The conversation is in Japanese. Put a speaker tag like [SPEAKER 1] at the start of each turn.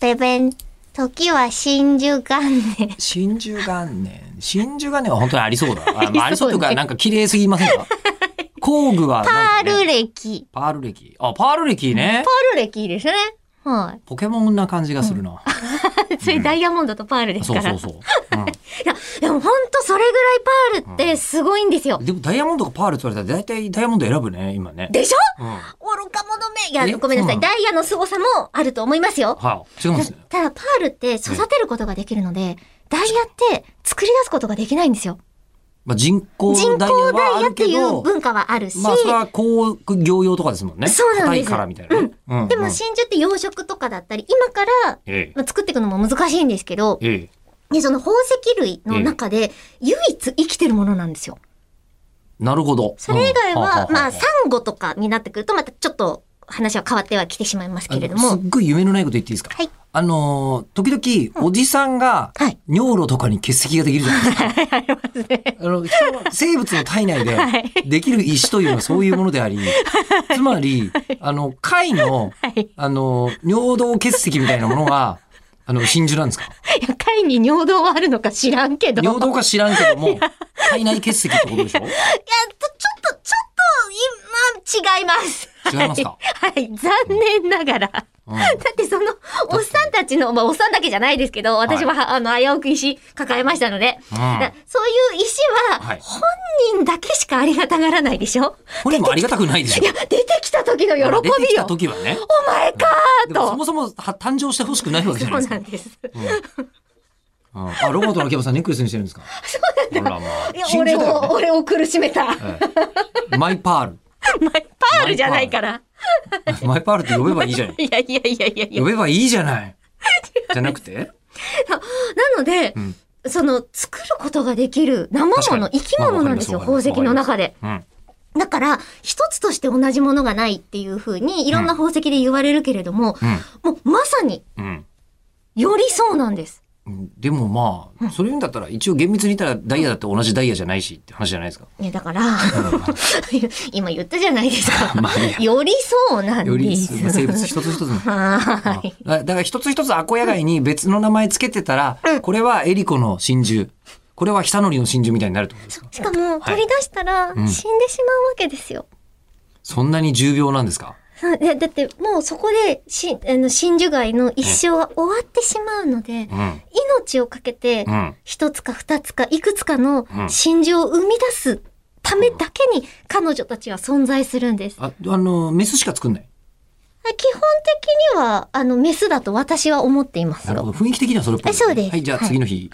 [SPEAKER 1] ペペン、時は真珠元 年。
[SPEAKER 2] 真珠元年。真珠元年は本当にありそうだ。 あまああ
[SPEAKER 1] あ
[SPEAKER 2] り
[SPEAKER 1] り
[SPEAKER 2] そ
[SPEAKER 1] そううね
[SPEAKER 2] というか、なんか綺麗すぎません か工具はなん
[SPEAKER 1] パ
[SPEAKER 2] か
[SPEAKER 1] ー
[SPEAKER 2] ね、
[SPEAKER 1] ル歴。
[SPEAKER 2] パール歴。あ、パール歴ね
[SPEAKER 1] パ。ール歴いいですね。は
[SPEAKER 2] ポケモンな感じがするな。
[SPEAKER 1] い。 それダイヤモンドとパールです
[SPEAKER 2] そ
[SPEAKER 1] か
[SPEAKER 2] う
[SPEAKER 1] ら。
[SPEAKER 2] そうそう。うん
[SPEAKER 1] いや、でもほんとそれぐらいパールってすごいんですよ。
[SPEAKER 2] でもダイヤモンドかパールって言われたら大体ダイヤモンド選ぶね、今ね。
[SPEAKER 1] でしょ
[SPEAKER 2] うん。は
[SPEAKER 1] 愚か者め。い
[SPEAKER 2] え
[SPEAKER 1] や、ごめんなさ
[SPEAKER 2] そう
[SPEAKER 1] い。
[SPEAKER 2] な
[SPEAKER 1] ダイヤの凄さもあると思いますよ。
[SPEAKER 2] い。違うんですね。
[SPEAKER 1] ただ、パールって育てることができるので、ダイヤって作り出すことができないんですよ。
[SPEAKER 2] まあ人工
[SPEAKER 1] 人工
[SPEAKER 2] ダイヤは
[SPEAKER 1] ダ
[SPEAKER 2] あ
[SPEAKER 1] イヤっ
[SPEAKER 2] る
[SPEAKER 1] て
[SPEAKER 2] け
[SPEAKER 1] いう
[SPEAKER 2] ど、
[SPEAKER 1] 文化はあるし、
[SPEAKER 2] まあそれは工業用とかですもんね。
[SPEAKER 1] そうなんです
[SPEAKER 2] 硬いからみたいなね。うんうん
[SPEAKER 1] でも真珠って養殖とかだったり、今から、
[SPEAKER 2] ええ。
[SPEAKER 1] まあ、作っていくのも難しいんですけど、
[SPEAKER 2] ええ。
[SPEAKER 1] で、その宝石類の中で唯一生きてるものなんですよ。
[SPEAKER 2] なるほど。
[SPEAKER 1] それ以外は、
[SPEAKER 2] うん
[SPEAKER 1] まあ、サンゴとかになってくると、またちょっと話は変わってはきてしまいますけれど
[SPEAKER 2] あの
[SPEAKER 1] も
[SPEAKER 2] す、っごい夢のないこと言っていいですか
[SPEAKER 1] はい。
[SPEAKER 2] あのー、時々、おじさんが、
[SPEAKER 1] はい。
[SPEAKER 2] 尿路とかに結石ができるじゃないです か。あの人の生物の体内で
[SPEAKER 1] はい
[SPEAKER 2] できる石というのはそういうもので あり、つまり、あの、貝の、
[SPEAKER 1] はい。
[SPEAKER 2] あの、尿道結石みたいなものが、あの、真珠なんですか
[SPEAKER 1] いや、貝に尿道はあるのか知らんけど。
[SPEAKER 2] 尿道か知らんけども、体内結石ってことでしょ
[SPEAKER 1] いや、ちょちょっと、ちょっと、今、違います。
[SPEAKER 2] 違いますか
[SPEAKER 1] はい、はい残念ながら。 だ
[SPEAKER 2] う
[SPEAKER 1] っ
[SPEAKER 2] ん
[SPEAKER 1] てその、おっさんたちの、まあ、おっさんだけじゃないですけど、私は、あの、危うく石抱えましたので、だそういう石
[SPEAKER 2] はい
[SPEAKER 1] は、本人だけしかありがたがらないでしょ
[SPEAKER 2] これもありがたくないでしょ
[SPEAKER 1] いや、出てきた時の喜び
[SPEAKER 2] 出てきた
[SPEAKER 1] よ。
[SPEAKER 2] 時はね。
[SPEAKER 1] お前かー
[SPEAKER 2] でもそ
[SPEAKER 1] と。
[SPEAKER 2] もそもは誕生してほしくないわけじゃ
[SPEAKER 1] そ
[SPEAKER 2] ないうです
[SPEAKER 1] な
[SPEAKER 2] か
[SPEAKER 1] ん。です。
[SPEAKER 2] うんあ、ロバートの秋山さんネックレスにしてるんですか。そうなんだ。まあ
[SPEAKER 1] いや、
[SPEAKER 2] 真
[SPEAKER 1] 俺
[SPEAKER 2] 珠だ
[SPEAKER 1] を、
[SPEAKER 2] か
[SPEAKER 1] 俺を苦しめ た。マイ
[SPEAKER 2] らねええマイパー
[SPEAKER 1] パールじゃないから。
[SPEAKER 2] ル。マイパールって呼べばいいじゃない。
[SPEAKER 1] い やいやいやいやいや
[SPEAKER 2] 呼。べばいいじゃ ない。じゃなくて。
[SPEAKER 1] なので、
[SPEAKER 2] うん
[SPEAKER 1] その作ることができる生もの
[SPEAKER 2] 確かに
[SPEAKER 1] 生き物なんですよ
[SPEAKER 2] まあ
[SPEAKER 1] 宝
[SPEAKER 2] わかります
[SPEAKER 1] 石の中で。
[SPEAKER 2] うん。
[SPEAKER 1] だから一つとして同じものがないっていうふうにいろんな宝石で言われるけれども、もうまさに
[SPEAKER 2] うん。
[SPEAKER 1] よりそうなんです。
[SPEAKER 2] うん。でもまあ、それ言うんだったら、一応厳密に言ったらダイヤだって同じダイヤじゃないしって話じゃないですか。
[SPEAKER 1] いやだから、 今言ったじゃないですか。
[SPEAKER 2] まあいいや
[SPEAKER 1] よりそうなん
[SPEAKER 2] よ
[SPEAKER 1] で
[SPEAKER 2] り
[SPEAKER 1] す。
[SPEAKER 2] 生物一つ一つ の。
[SPEAKER 1] はーい。
[SPEAKER 2] だだから一つ一つアコヤ貝に別の名前つけてたら、これはエリコの真珠。これは久典の真珠みたいになるってことですか
[SPEAKER 1] しかも取り出したら死んでしまうわけですよ。
[SPEAKER 2] そんなに重病なんですか
[SPEAKER 1] そういやだってもうそこでしあの真珠貝の一生は終わってしまうので、
[SPEAKER 2] うん。
[SPEAKER 1] 命をかけて
[SPEAKER 2] うん。
[SPEAKER 1] 一つか二つかいくつかの
[SPEAKER 2] うん
[SPEAKER 1] 真珠を生み出すためだけに彼女たちは存在するんです。
[SPEAKER 2] あ、あの、メスしか作んない。
[SPEAKER 1] 基本的にはあのメスだと私は思っています
[SPEAKER 2] なるほ
[SPEAKER 1] よ。
[SPEAKER 2] ど。雰囲気的にはそれっぽい、
[SPEAKER 1] あそうです
[SPEAKER 2] はい、じゃあ次の日、